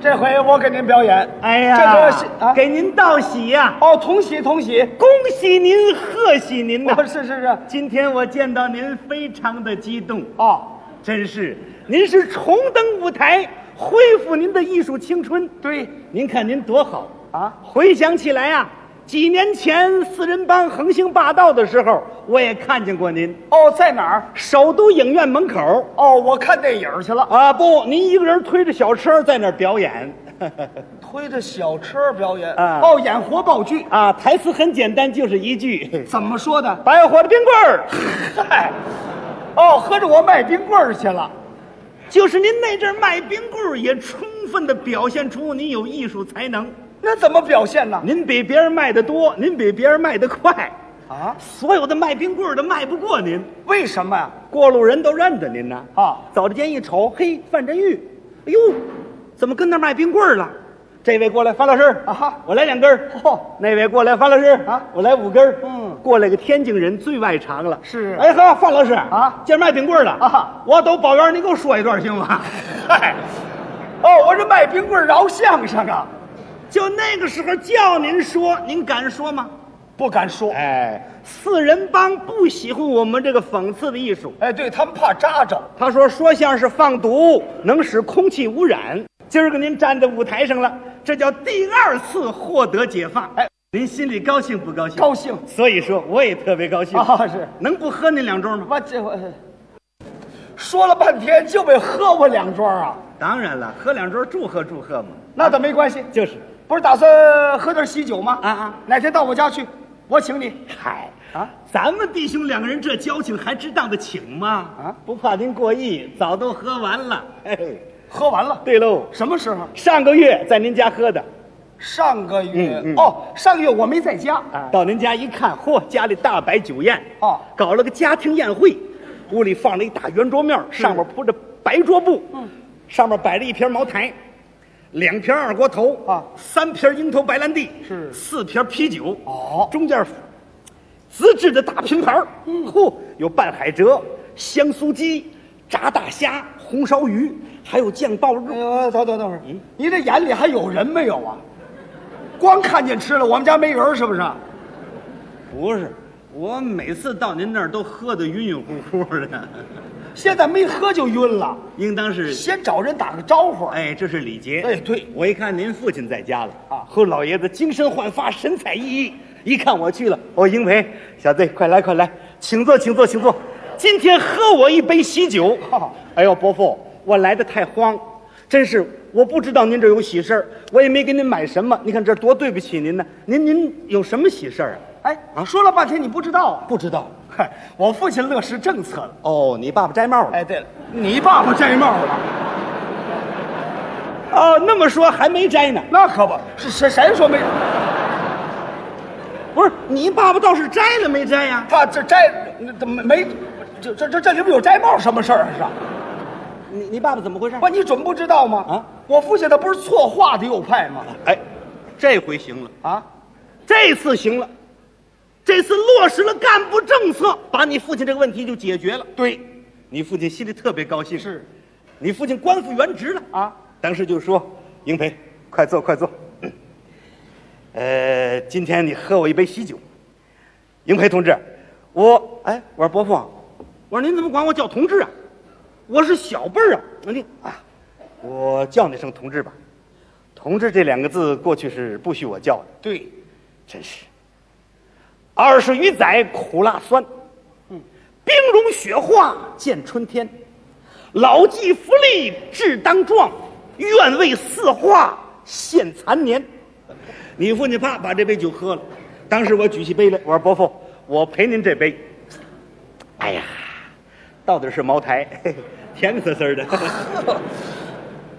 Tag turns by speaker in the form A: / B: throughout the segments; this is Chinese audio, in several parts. A: 这回我给您表演。
B: 哎
A: 这
B: 呀，
A: 这是啊，
B: 给您道喜呀、
A: 哦，同喜同喜。
B: 恭喜您，贺喜您呐！
A: 哦， 是是是，
B: 今天我见到您，非常的激动，
A: 哦，
B: 真是，您是重登舞台，恢复您的艺术青春。
A: 对
B: 您看您多好
A: 啊，
B: 回想起来啊，几年前四人帮横行霸道的时候，我也看见过您，
A: 哦，在哪儿？
B: 首都影院门口。
A: 哦，我看电影去了，
B: 啊，不，您一个人推着小车在那儿表演。
A: 推着小车表演。
B: 啊
A: 哦，演活宝剧，
B: 啊，台词很简单，就是一句
A: 怎么说的
B: “？白火的冰棍儿
A: 嗨，哦，合着我卖冰棍儿去了。”，
B: 就是您那阵儿卖冰棍儿，也充分的表现出您有艺术才能。
A: 那怎么表现呢？
B: 您比别人卖的多，您比别人卖的快，
A: 啊？
B: 所有的卖冰棍儿的卖不过您，
A: 为什么呀？
B: 过路人都认得您呐。
A: 啊
B: 走到街一瞅，嘿，范振玉，哎呦，怎么跟那儿卖冰棍儿了？这位过来，范老师
A: 啊哈哦
B: 我来两根儿。
A: 嚯
B: 那位过来，范老师
A: 啊
B: 我来五根儿。
A: 嗯
B: 过来个天津人最外长了。
A: 是
B: 哎呵，范老师
A: 啊
B: 今儿卖冰棍儿了
A: 啊，
B: 我走宝园，您给我说一段行 吗？
A: 嗨，哦，我是卖冰棍儿饶相声啊，
B: 就那个时候叫您说，您敢说吗？
A: 不敢说。
B: 哎，四人帮不喜欢我们这个讽刺的艺术。
A: 哎，对他们怕扎着。
B: 他说说相声放毒能使空气污染。今儿个您站在舞台上了，这叫第二次获得解放。哎
A: 哎，
B: 您心里高兴不高兴？哦
A: 高兴
B: 所以说我也特别高兴
A: 啊是
B: 能不喝您两盅吗？
A: 我这我说了半天就为喝我两桌啊，
B: 当然了，喝两盅祝贺祝贺嘛。
A: 那倒没关系。
B: 就是，
A: 不是打算喝点喜酒吗？
B: 啊啊，
A: 哪天到我家去，我请你。
B: 嗨
A: 啊，
B: 咱们弟兄两个人这交情还值当的请吗？
A: 啊，
B: 不怕您过意，早都喝完了。嘿，
A: 喝完了，
B: 对喽，
A: 什么时候？
B: 上个月在您家喝的。
A: 上个月、
B: 嗯嗯啊
A: 哦，上个月我没在家。
B: 到您家一看，嚯，家里大摆酒宴
A: 哎哦
B: 搞了个家庭宴会，屋里放了一大圆桌面，
A: 嗯
B: 上面铺着白桌布，嗯，上面摆着一瓶茅台，两瓶二锅头
A: 啊
B: 三瓶樱桃白兰地
A: 是
B: 四瓶啤酒
A: 哦
B: 中间自制的大拼盘嗯，嚯，有拌海蜇、香酥鸡、炸大虾、红烧鱼，还有酱爆肉
A: 哎。呦，等等等会儿，
B: 嗯
A: 你这眼里还有人没有啊？光看见吃了，我们家没人是不是？
B: 不是，我每次到您那儿都喝得晕晕乎乎的。
A: 现在没喝就晕了，
B: 应当是，
A: 先找人打个招呼。
B: 哎，这是礼节。
A: 哎对
B: 我一看您父亲在家了
A: 啊
B: 和老爷子精神焕发，神采奕奕。一看我去了，哦，英培，小子，快来快来，请坐，请坐，请坐。今天喝我一杯喜酒。
A: 哦
B: 哎呦，伯父，我来的太慌，真是我不知道您这有喜事儿，我也没给您买什么。你看这多对不起您呢。您您有什么喜事儿啊？
A: 哎，说了半天你不知道啊？
B: 不知道。
A: 嗨，我父亲乐施政策了。
B: 哦，你爸爸摘帽了。
A: 哎，对了，你爸爸摘帽了，
B: 哦，那么说还没摘呢。
A: 那可不是谁谁说没？
B: 不是，你爸爸倒是摘了没摘呀、
A: 他这摘怎么没？这这这这里边有摘帽什么事儿啊？是
B: 你你爸爸怎么回事？
A: 不，你准不知道吗？
B: 啊，
A: 我父亲他不是错话的右派吗？
B: 哎，这回行了，
A: 啊，
B: 这次行了，这次落实了干部政策，把你父亲这个问题就解决了。
A: 对，
B: 你父亲心里特别高兴，
A: 是，
B: 你父亲官复原职了
A: 啊。
B: 当时就说：“英培，快坐，快坐。嗯呃，今天你喝我一杯喜酒，英培同志，我哎，我说伯父啊，我说您怎么管我叫同志啊？我是小辈儿啊，那你啊，我叫你声同志吧。同志这两个字过去是不许我叫的，
A: 对，
B: 真是二十余载苦辣酸，冰融雪化见春天，老骥伏枥志当壮，愿为四化献残年。你父亲啪把这杯酒喝了，当时我举起杯来，我说伯父，我陪您这杯。哎呀，到底是茅台， 嘿嘿甜滋滋的。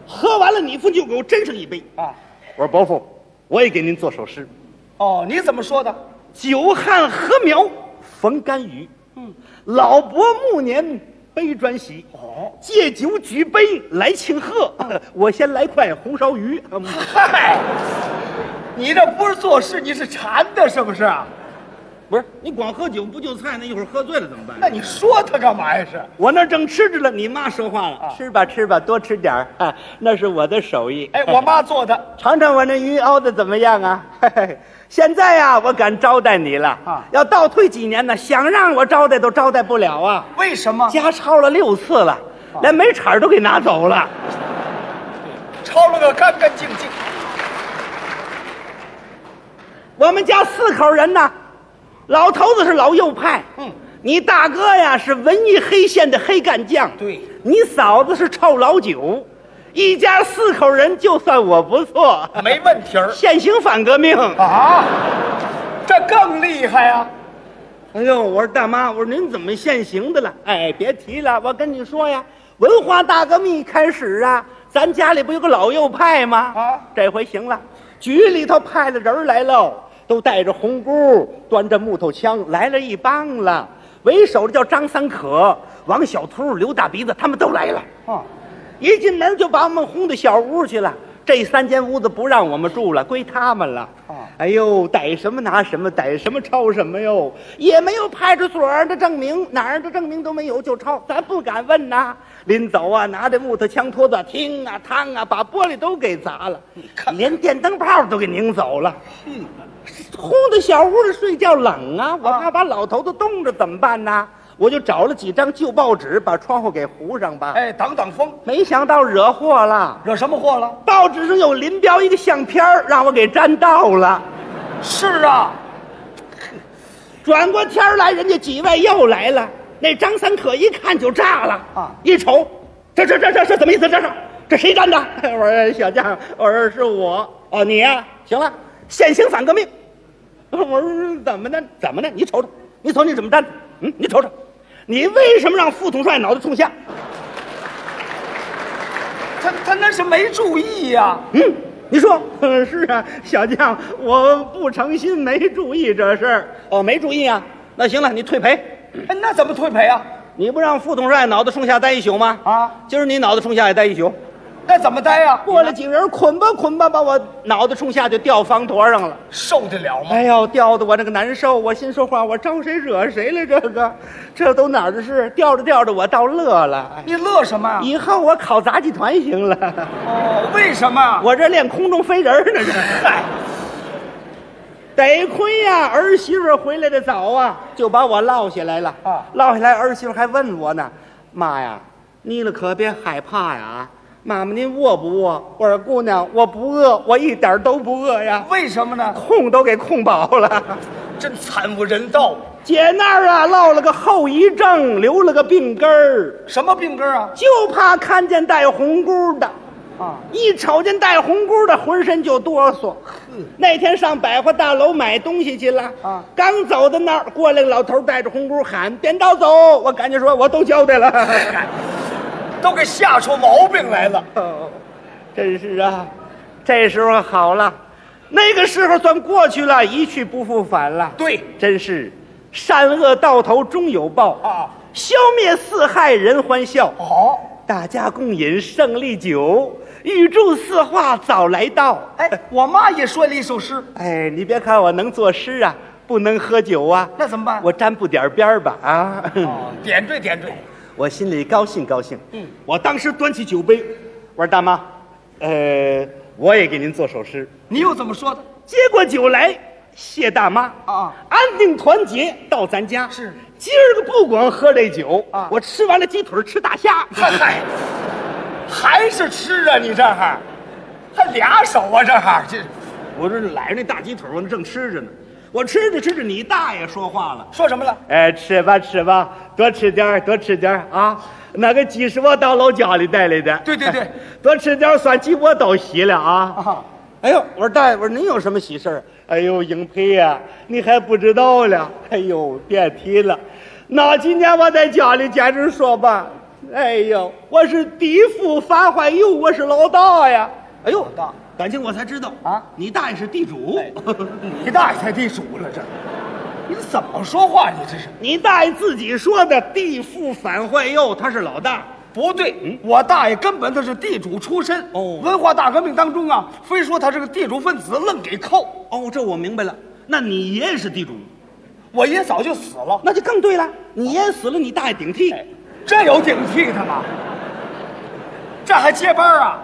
B: 喝完了，你父亲就给我斟上一杯。
A: 啊，
B: 我说伯父，我也给您做首诗。
A: 哦，你怎么说的？
B: 久旱禾苗逢甘雨，嗯，老伯暮年悲专喜。
A: 哦，
B: 借酒举杯来庆贺，
C: 哦
B: 我先来块红烧鱼。嗯
A: 啊嗨，你这不是做事，你是馋的，是不是？
B: 不是，
C: 你光喝酒不就菜，那一会儿喝醉了怎么办？
A: 那你说他干嘛呀？是
B: 我那儿正吃着了，你妈说话了，
A: 啊
B: 吃吧吃吧，多吃点儿、 啊，那是我的手艺。
A: 哎，我妈做的，
B: 尝尝我那鱼熬的怎么样啊？ 嘿嘿，现在呀、我敢招待你了
A: 啊
B: 要倒退几年呢，想让我招待都招待不了啊！
A: 为什 么
B: 家抄了六次了，连煤铲儿都给拿走了。
A: 抄了个干干净净？
B: 我们家四口人呢，老头子是老右派，嗯，你大哥呀是文艺黑线的黑干将，
A: 对，
B: 你嫂子是臭老九，一家四口人就算我不错，
A: 没问题儿
B: 现行反革命。
A: 啊，这更厉害啊！
B: 哎呦，我说大妈，我说您怎么现行的了？哎，别提了，我跟你说呀，文化大革命一开始啊，咱家里不有个老右派吗？
A: 啊
B: 这回行了，局里头派了人儿来喽，都带着红箍，端着木头枪，来了一帮了。为首的叫张三可、王小秃、刘大鼻子，他们都来了。
A: 啊，
B: 一进门就把我们轰到小屋去了。这三间屋子不让我们住了，归他们了。
A: 哦
B: 哎呦，逮什么拿什么，逮什么抄什么哟，也没有派出所的证明，哪儿的证明都没有就抄，咱不敢问呐。临走啊，拿着木头枪托子，听啊趟啊，把玻璃都给砸了，连电灯泡都给拧走了。轰的小屋里睡觉冷啊，我怕把老头子冻着怎么办呢？我就找了几张旧报纸，把窗户给糊上吧。
A: 哎，挡挡风，
B: 没想到惹祸了，
A: 惹什么祸了？
B: 报纸上有林彪一个相片儿让我给沾到了。
A: 是啊，
B: 转过天儿来，人家几位又来了，那张三可一看就炸了
A: 啊
B: 一瞅，这这这这这怎么意思？这是这谁沾的？ 我说哎小家伙，我说是我。哦，你呀、行了，现行反革命。 我说怎么的？怎么的？你瞅瞅，你瞅你怎么沾的？嗯，你瞅瞅，你为什么让副统帅脑袋冲下？
A: 他他那是没注意呀、
B: 嗯，你说， 嗯，是啊，小将，我不诚心，没注意这事儿。哦，没注意啊。那行了，你退赔。
A: 哎，那怎么退赔啊？
B: 你不让副统帅脑袋冲下待一宿吗？
A: 啊
B: 今儿你脑袋冲下也待一宿。
A: 那怎么待啊呀、
B: 过来几个人捆吧捆吧，把我脑袋冲下就掉房坨上了。
A: 受得了吗？
B: 哎呦，掉的我这个难受，我心说话，我招谁惹谁了？这个，这都哪儿的事？掉着掉着，我倒乐了。哎
A: 你乐什么呀、啊
B: 以后我考杂技团行了。
A: 哦，为什么呀？
B: 我这练空中飞人儿呢，这嗨。 得亏呀、儿媳妇儿回来的早啊，就把我落下来了。
A: 啊
B: 落下来，儿媳妇儿还问我呢：“妈呀，你了可别害怕呀！啊，妈妈您饿不饿？”我说：“姑娘，我不饿，我一点儿都不饿呀，
A: 为什么呢？
B: 空都给空饱了。
A: 真惨无人道，”
B: 姐那儿啊，落了个后遗症，留了个病根儿，
A: 什么病根啊？
B: 就怕看见带红箍的。
A: 啊，
B: 一瞅见戴红箍的，浑身就哆嗦。那天上百货大楼买东西去了，
A: 啊
B: 刚走到那儿，过来个老头带着红箍喊：“扁刀走！”我赶紧说：“我都交代了。
A: 都给吓出毛病来了。
B: 哦”真是啊，这时候好了，那个时候算过去了，一去不复返了。
A: 对，
B: 真是善恶到头终有报
A: 啊！哦
B: 消灭四害人欢笑，
A: 好、
B: 大家共饮胜利酒，预祝四化早来到。
A: 哎，我妈也说了一首诗，
B: 哎，你别看我能作诗啊，不能喝酒啊，
A: 那怎么办
B: 我沾不点儿边儿吧啊！
A: 哦，点缀点缀。
B: 我心里高兴高兴。嗯，我当时端起酒杯，我说大妈，呃，我也给您做首诗。
A: 你又怎么说的？
B: 接过酒来，谢大妈
A: 啊
B: 安定团结到咱家
A: 是。
B: 今儿个不光喝这酒
A: 啊
B: 我吃完了鸡腿儿吃大虾。
A: 嗨，还是吃啊？你这哈，还俩手啊？这哈，这
B: 我这揽着那大鸡腿儿，我正吃着呢，我吃着吃着，你大爷说话了。
A: 说什么了？
B: 哎，吃吧吃吧，多吃点儿，多吃点儿啊！那个鸡是我到老家里带来的。
A: 对对对，
B: 多吃点儿蒜鸡我都洗了啊。
A: 啊，
B: 哎呦，我说大爷，我说您有什么喜事儿？哎呦，英培呀、你还不知道了？哎呦，别提了，那几年我在家里简直说吧，哎呦，我是地富反坏右，我是老大呀。哎呦，
A: 大，
B: 感情我才知道
A: 啊
B: 你大爷是地主。
A: 你大爷才地主了这，你怎么说话？你这是
B: 你大爷自己说的“地富反坏右”，他是老大。
A: 不对。我大爷根本他是地主出身，
B: 嗯哦
A: 文化大革命当中啊，非说他是个地主分子，愣给扣。
B: 哦，这我明白了。那你爷爷是地主，
A: 我爷早就死了，
B: 那就更对了。你爷死了，你大爷顶替。
A: 这有顶替的吗？这还接班儿啊？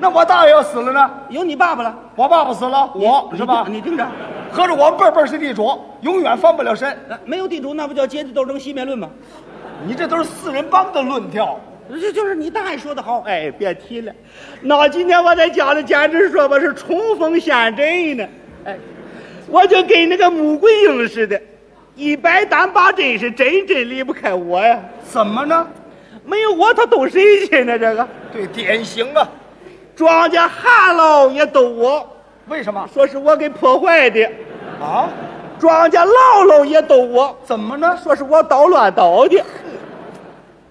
A: 那我大爷要死了呢？
B: 有你爸爸了，
A: 我爸爸死了，我
B: 你
A: 是吧？
B: 你听着，
A: 合着我辈辈是地主，永远翻不了身。
B: 呃没有地主，那不叫阶级斗争熄灭论吗？
A: 你这都是四人帮的论调。
B: 这就是你大爷说的好。哎，别提了，那今天我在家里简直说我是冲锋陷阵呢。哎，我就跟那个穆桂英似的，一百单八真是真真离不开我呀。
A: 怎么呢？
B: 没有我，他斗谁去呢？这个
A: 对，典型啊。
B: 庄稼旱了也斗我，
A: 为什么
B: 说是我给破坏的；
A: 啊？
B: 庄稼涝了也斗我，
A: 怎么呢？
B: 说是我捣乱捣的。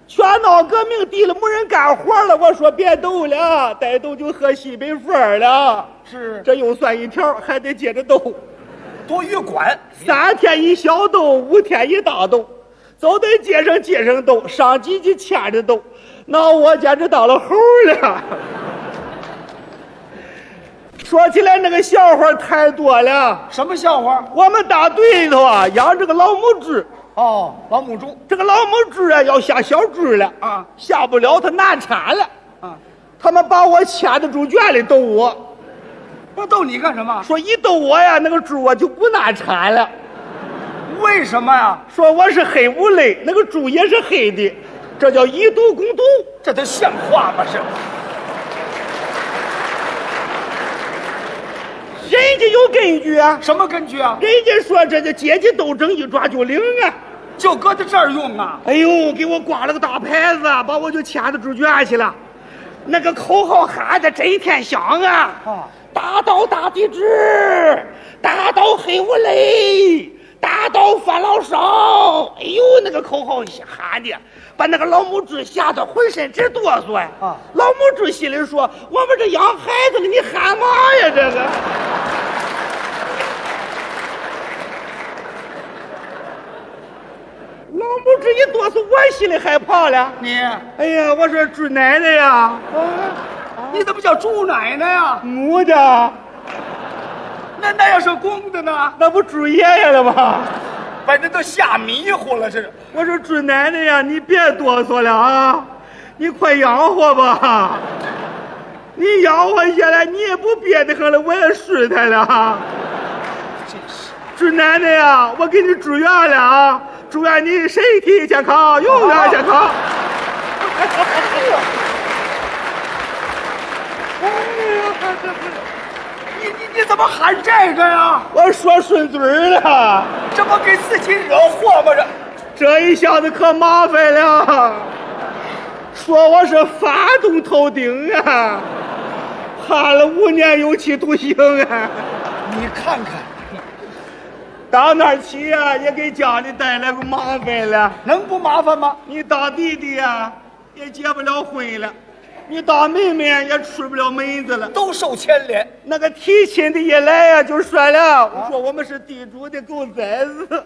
B: 全闹革命地了，没人干活了。我说别斗了，再斗就喝西北风了。
A: 是
B: 这又算一条，还得接着斗。
A: 多余管。
B: 三天一小斗，五天一大斗，走在街上街上斗，上几级牵着斗，那我简直当了猴了。说起来那个笑话太多了。
A: 什么笑话？
B: 我们大队头啊，养这个老母猪，
A: 哦，老母猪。
B: 这个老母猪啊要下小猪了
A: 啊，
B: 下不了它难产了
A: 啊，
B: 他们把我牵到猪圈里逗我，
A: 那哦逗你干什么？
B: 说一逗我呀，那个猪我就不难产了。
A: 为什么呀？
B: 说我是黑五类，那个猪也是黑的，这叫以毒攻毒。
A: 这都像话吗？是。
B: 人家有根据啊，
A: 什么根据啊？
B: 人家说这叫阶级斗争，一抓就灵啊。
A: 就搁在这儿用啊？
B: 哎呦，给我挂了个大牌子，把我就牵到猪圈去了。那个口号喊的真天响啊！
A: 啊
B: 打倒大地主，打倒黑五类，打倒反老少。哎呦，那个口号喊的，把那个老母猪吓得浑身直哆嗦呀！
A: 啊
B: 老母猪心里说：“我们这养孩子的，你喊嘛呀？这个。”老母猪一哆嗦，我心里害怕了。
A: 你，
B: 哎呀，我说猪奶奶呀，
A: 你怎么叫猪奶奶呀？
B: 母的，
A: 那那要是公的呢？
B: 那不猪爷爷了吗？
A: 把人都吓迷糊了，这是。
B: 我说猪奶奶呀，你别哆嗦了啊，你快养活吧，你养活下来，你也不憋得慌了，我也顺他了啊。猪奶奶呀，我给你住院了啊，祝愿你身体健康，永远健康。
A: 你你你怎么喊这个呀？
B: 我说顺嘴儿了，
A: 这不给自己惹祸吗？这
B: 这一下子可麻烦了，说我是发动头顶啊，判了五年有期徒刑啊。
A: 你看看，
B: 到那儿去呀、也给家里带来个麻烦了。
A: 能不麻烦吗？
B: 你当弟弟呀、也结不了婚了；你当妹妹呀也出不了门子了。
A: 都受牵连。
B: 那个提亲的一来呀、就说了，我说我们是地主的狗崽子。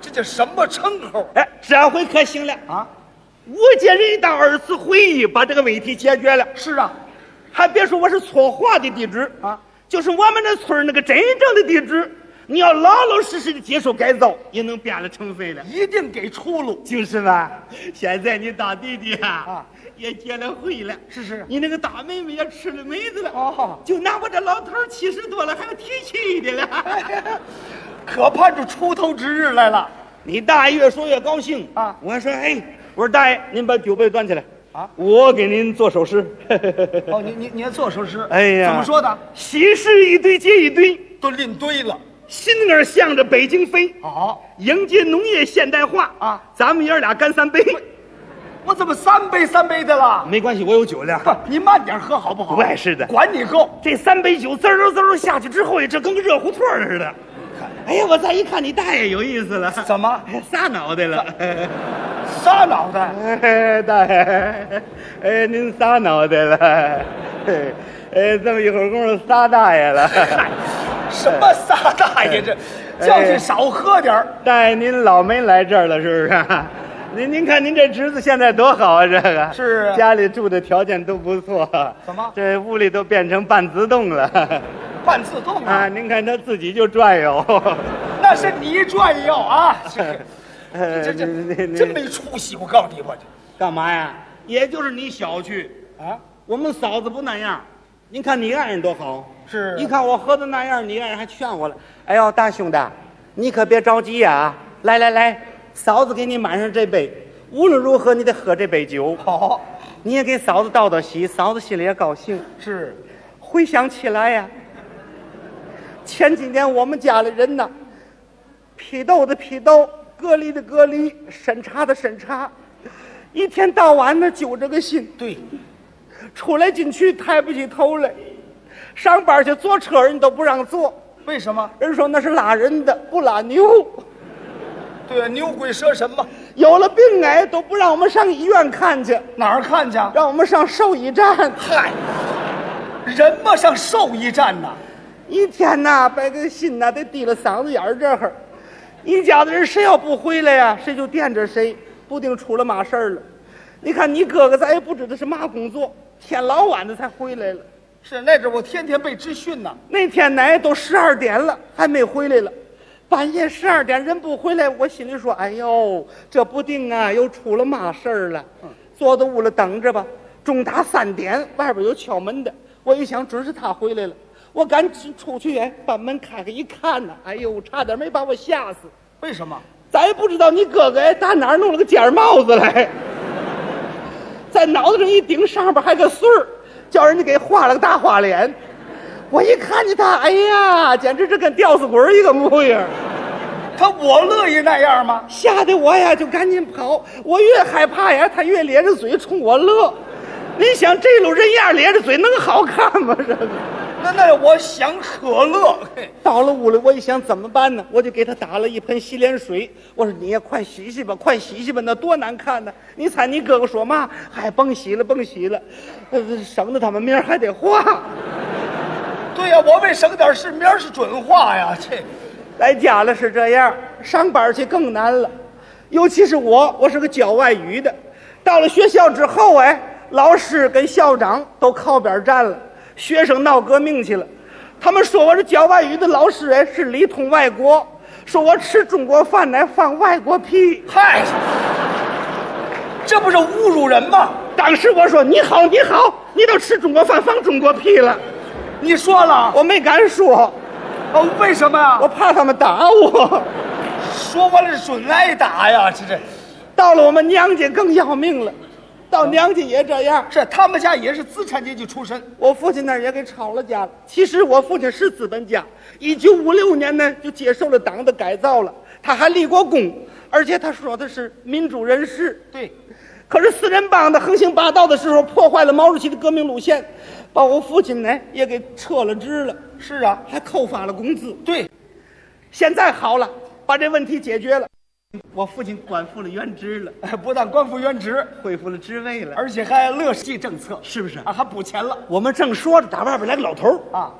A: 这叫什么称呼
B: 哎，这回可行了。
A: 啊？
B: 五届人大二次会议把这个问题解决了，
A: 是啊，
B: 还别说我是错话的地址
A: 啊，
B: 就是我们那村儿那个真正的地址，你要老老实实的接受改造，也能变了成分了。
A: 一定给出路。
B: 就是嘛， 现在你大弟弟啊
A: 啊，
B: 也结了婚了，
A: 是是
B: 你那个大妹妹也吃了梅子了，
A: 哦
B: 就拿我这老头儿七十多了，还有提亲啊的
A: 哎
B: 了。
A: 可盼着出头之日来了。
B: 你大爷越说越高兴
A: 啊
B: 我说，哎，我说大爷，您把酒杯端起来
A: 啊
B: 我给您做首诗。
A: 哦，你你你还做首诗？
B: 哎呀
A: 怎么说的？
B: 喜事一堆接一堆，
A: 都拎堆了。哦
B: 新儿向着北京飞，
A: 好，
B: 迎接农业现代化
A: 啊！
B: 咱们爷儿俩干三杯，
A: 我怎么三杯三杯的了？
B: 没关系，我有酒量。
A: 不，你慢点喝好不好？
B: 不碍事的
A: 管你够。
B: 这三杯酒滋溜滋溜下去之后呀，这跟个热乎兔儿似的。哎呀，我再一看你大爷有意思了，
A: 怎么
B: 哎仨脑袋了？
A: 仨脑袋？
B: 哎， 大爷，哎，您仨脑袋了，哎，这么一会儿功夫仨大爷了。
A: 什么仨大爷这？
B: 哎
A: 叫你少喝点儿。
B: 大爷，您老没来这儿了，是不是？ 您您看您这侄子现在多好啊，这个
A: 是啊
B: 家里住的条件都不错，
A: 怎么
B: 这屋里都变成半自动了？
A: 半自动
B: 啊，
A: 啊！
B: 您看他自己就转悠，
A: 那是你转悠啊！这
B: 呃
A: 这这
B: 你你你
A: 真没出息！我告诉你，我这
B: 干嘛呀？
C: 也就是你小气，
A: 啊，
C: 我们嫂子不那样。
B: 您看你爱人多好，
A: 是
B: 你看我喝的那样，你爱人还劝我了。哎呦，大兄弟，你可别着急呀、啊！来来来，嫂子给你满上这杯，无论如何你得喝这杯酒。
A: 好
B: 你也给嫂子道道喜，嫂子心里也高兴。
A: 是
B: 回想起来呀、前几年我们家里人呐，批斗的批斗，隔离的隔离，审查的审查，一天到晚的揪着个心。
A: 对，
B: 出来进去抬不起头来，上班去坐车人都不让坐，
A: 为什么？
B: 人说那是拉人的，不拉牛。
A: 对啊，牛鬼蛇神嘛，
B: 有了病哎，都不让我们上医院看去，
A: 哪儿看去啊？
B: 让我们上兽医站。
A: 嗨，人嘛上兽医站呐，
B: 一天呐，把这心呐得提了嗓子眼儿这儿。一家子人谁要不回来呀、谁就惦着谁，不定出了嘛事儿了。你看你哥哥，咱也不知道是嘛工作，天老晚的才回来了。
A: 是那阵我天天被军训呐，
B: 那天呢都十二点了，还没回来了。半夜十二点人不回来，我心里说：“哎呦，这不定啊，又出了嘛事儿了。”坐到屋里等着吧。钟打三点，外边有敲门的。我一想，准是他回来了。我赶紧出去，哎，把门开开一看呢、哎呦，差点没把我吓死。
A: 为什么？
B: 咱也不知道你哥哥哎打哪儿弄了个尖帽子来，在脑袋上一顶，上边还个穗儿，叫人家给画了个大花脸。我一看见他，哎呀，简直这跟吊死鬼儿一个模样儿，
A: 他我乐意那样吗？
B: 吓得我呀就赶紧跑。我越害怕呀，他越咧着嘴冲我乐。你想这路人样儿咧着嘴能好看吗？这个。
A: 那那我想可乐，嘿
B: 到了屋里，我一想怎么办呢？我就给他打了一盆洗脸水。我说：“你也快洗洗吧，快洗洗吧，那多难看呢！”你猜你哥哥说嘛？嗨，甭洗了，甭洗了，呃省得他们明儿还得花。
A: 对呀、我为省点事，明儿是准话呀。这
B: 在家里是这样，上班去更难了，尤其是我，我是个教外语的，到了学校之后，哎，老师跟校长都靠边站了，学生闹革命去了。他们说我是教外语的老师，哎，是里通外国，说我吃中国饭来放外国屁。
A: 嗨，这不是侮辱人吗？
B: 当时我说你好，你好，你都吃中国饭放中国屁了，
A: 你说了，
B: 我没敢说，
A: 哦，为什么呀、
B: 我怕他们打我。
A: 说完了准挨打呀！这这，
B: 到了我们娘家更要命了，到娘家也这样。
A: 这他们家也是资产阶级出身，
B: 我父亲那儿也给吵了架了。其实我父亲是资本家，一九五六年呢就接受了党的改造了，他还立过功，而且他说的是民主人士。
A: 对，
B: 可是四人帮的横行霸道的时候，破坏了毛主席的革命路线，把我父亲呢也给撤了职了，
A: 是啊，
B: 还扣发了工资。
A: 对，
B: 现在好了，把这问题解决了，我父亲官复了原职了，
A: 哎不但官复原职，
B: 恢复了职位了，
A: 而且还乐济政策，
B: 是不是
A: 啊，还补钱了
B: 我们正说着，打外边来个老头儿
A: 啊！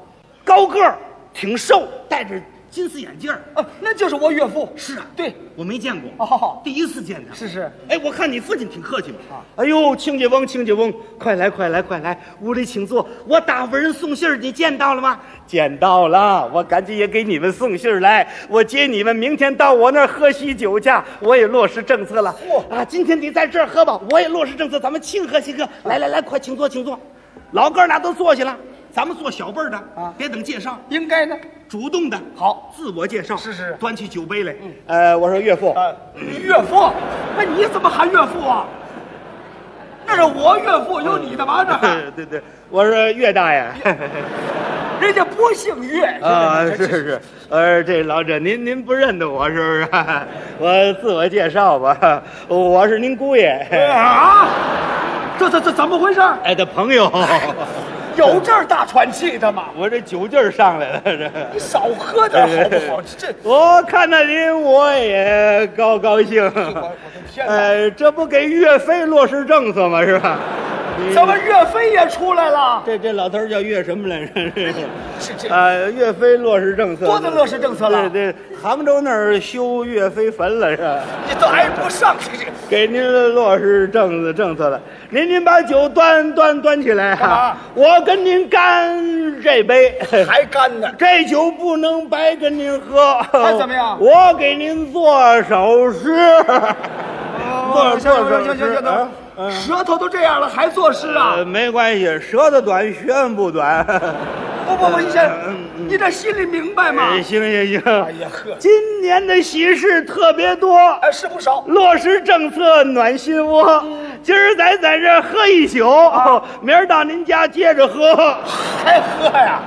B: 高个儿，挺瘦，戴着金丝眼镜儿。
A: 啊，那就是我岳父。
C: 是啊，
A: 对，
C: 我没见过，
A: 哦
C: 第一次见他。
A: 是是，
C: 哎，我看你父亲挺客气嘛。啊，
B: 哎呦，清洁翁，清洁翁，快来，快来，快来，屋里请坐。我打发人送信儿，你见到了吗？见到了，我赶紧也给你们送信儿来。我接你们，明天到我那儿喝喜酒去。我也落实政策了。
A: 嚯
B: 啊，今天你在这儿喝吧，我也落实政策，咱们庆贺庆贺。来来来，快请坐，请坐。老哥俩都坐下了。
C: 咱们做小辈儿的
A: 啊
C: 别等介绍，
A: 应该呢。
C: 主动的，
A: 好，
C: 自我介绍。
A: 是是
C: 端起酒杯来。
B: 呃，我说岳父，
A: 啊，岳父，那你怎么喊岳父啊？那是我岳父，有你的吗？这 还
B: 对对，我说岳大爷。
A: 人家不姓岳
B: 啊，
A: 这
B: 是
A: 这这
B: 是，呃，这老者您您不认得我是不是？ 我自我介绍吧，我是您姑
A: 这
B: 爷，
A: 啊，这这这怎么回事？
B: 哎的朋友，
A: 有这儿大喘气的吗？
B: 我这酒劲儿上来了这。
A: 你少喝点好不 好？这这，
B: 我看到您，我也高高兴
A: 我的。天哪
B: 呃，这不给岳飞落实政策吗？是吧？
A: 怎么岳飞也出来了？
B: 这这老头儿叫岳什么来着？
A: 是这
B: 呃，岳飞落实政策，
A: 多的落实政策了
B: 对对，杭州那儿修岳飞坟了是吧？
A: 这都挨不上这这。
B: 给您落实政策
A: 啊
B: 政策了。您您把酒端端端起来哈、
A: 干嘛
B: 我跟您干这这杯
A: 还干呢。
B: 这酒不能白跟您喝，
A: 那怎么样啊
B: 我给您做首诗。
A: 哦行行行行行
B: 啊
A: 行，舌头都这样了，还作诗啊
B: 呃，？没关系，舌头短，学问不短。
A: 不不不，你这你这心里明白吗？
B: 哎行行
A: 哎
B: 行，
A: 呀呵，
B: 今年的喜事特别多，
A: 哎是不少。
B: 落实政策暖心窝。
A: 嗯
B: 今儿
A: 啊
B: 咱在这儿喝一宿，明儿到您家接着喝。
A: 还喝呀？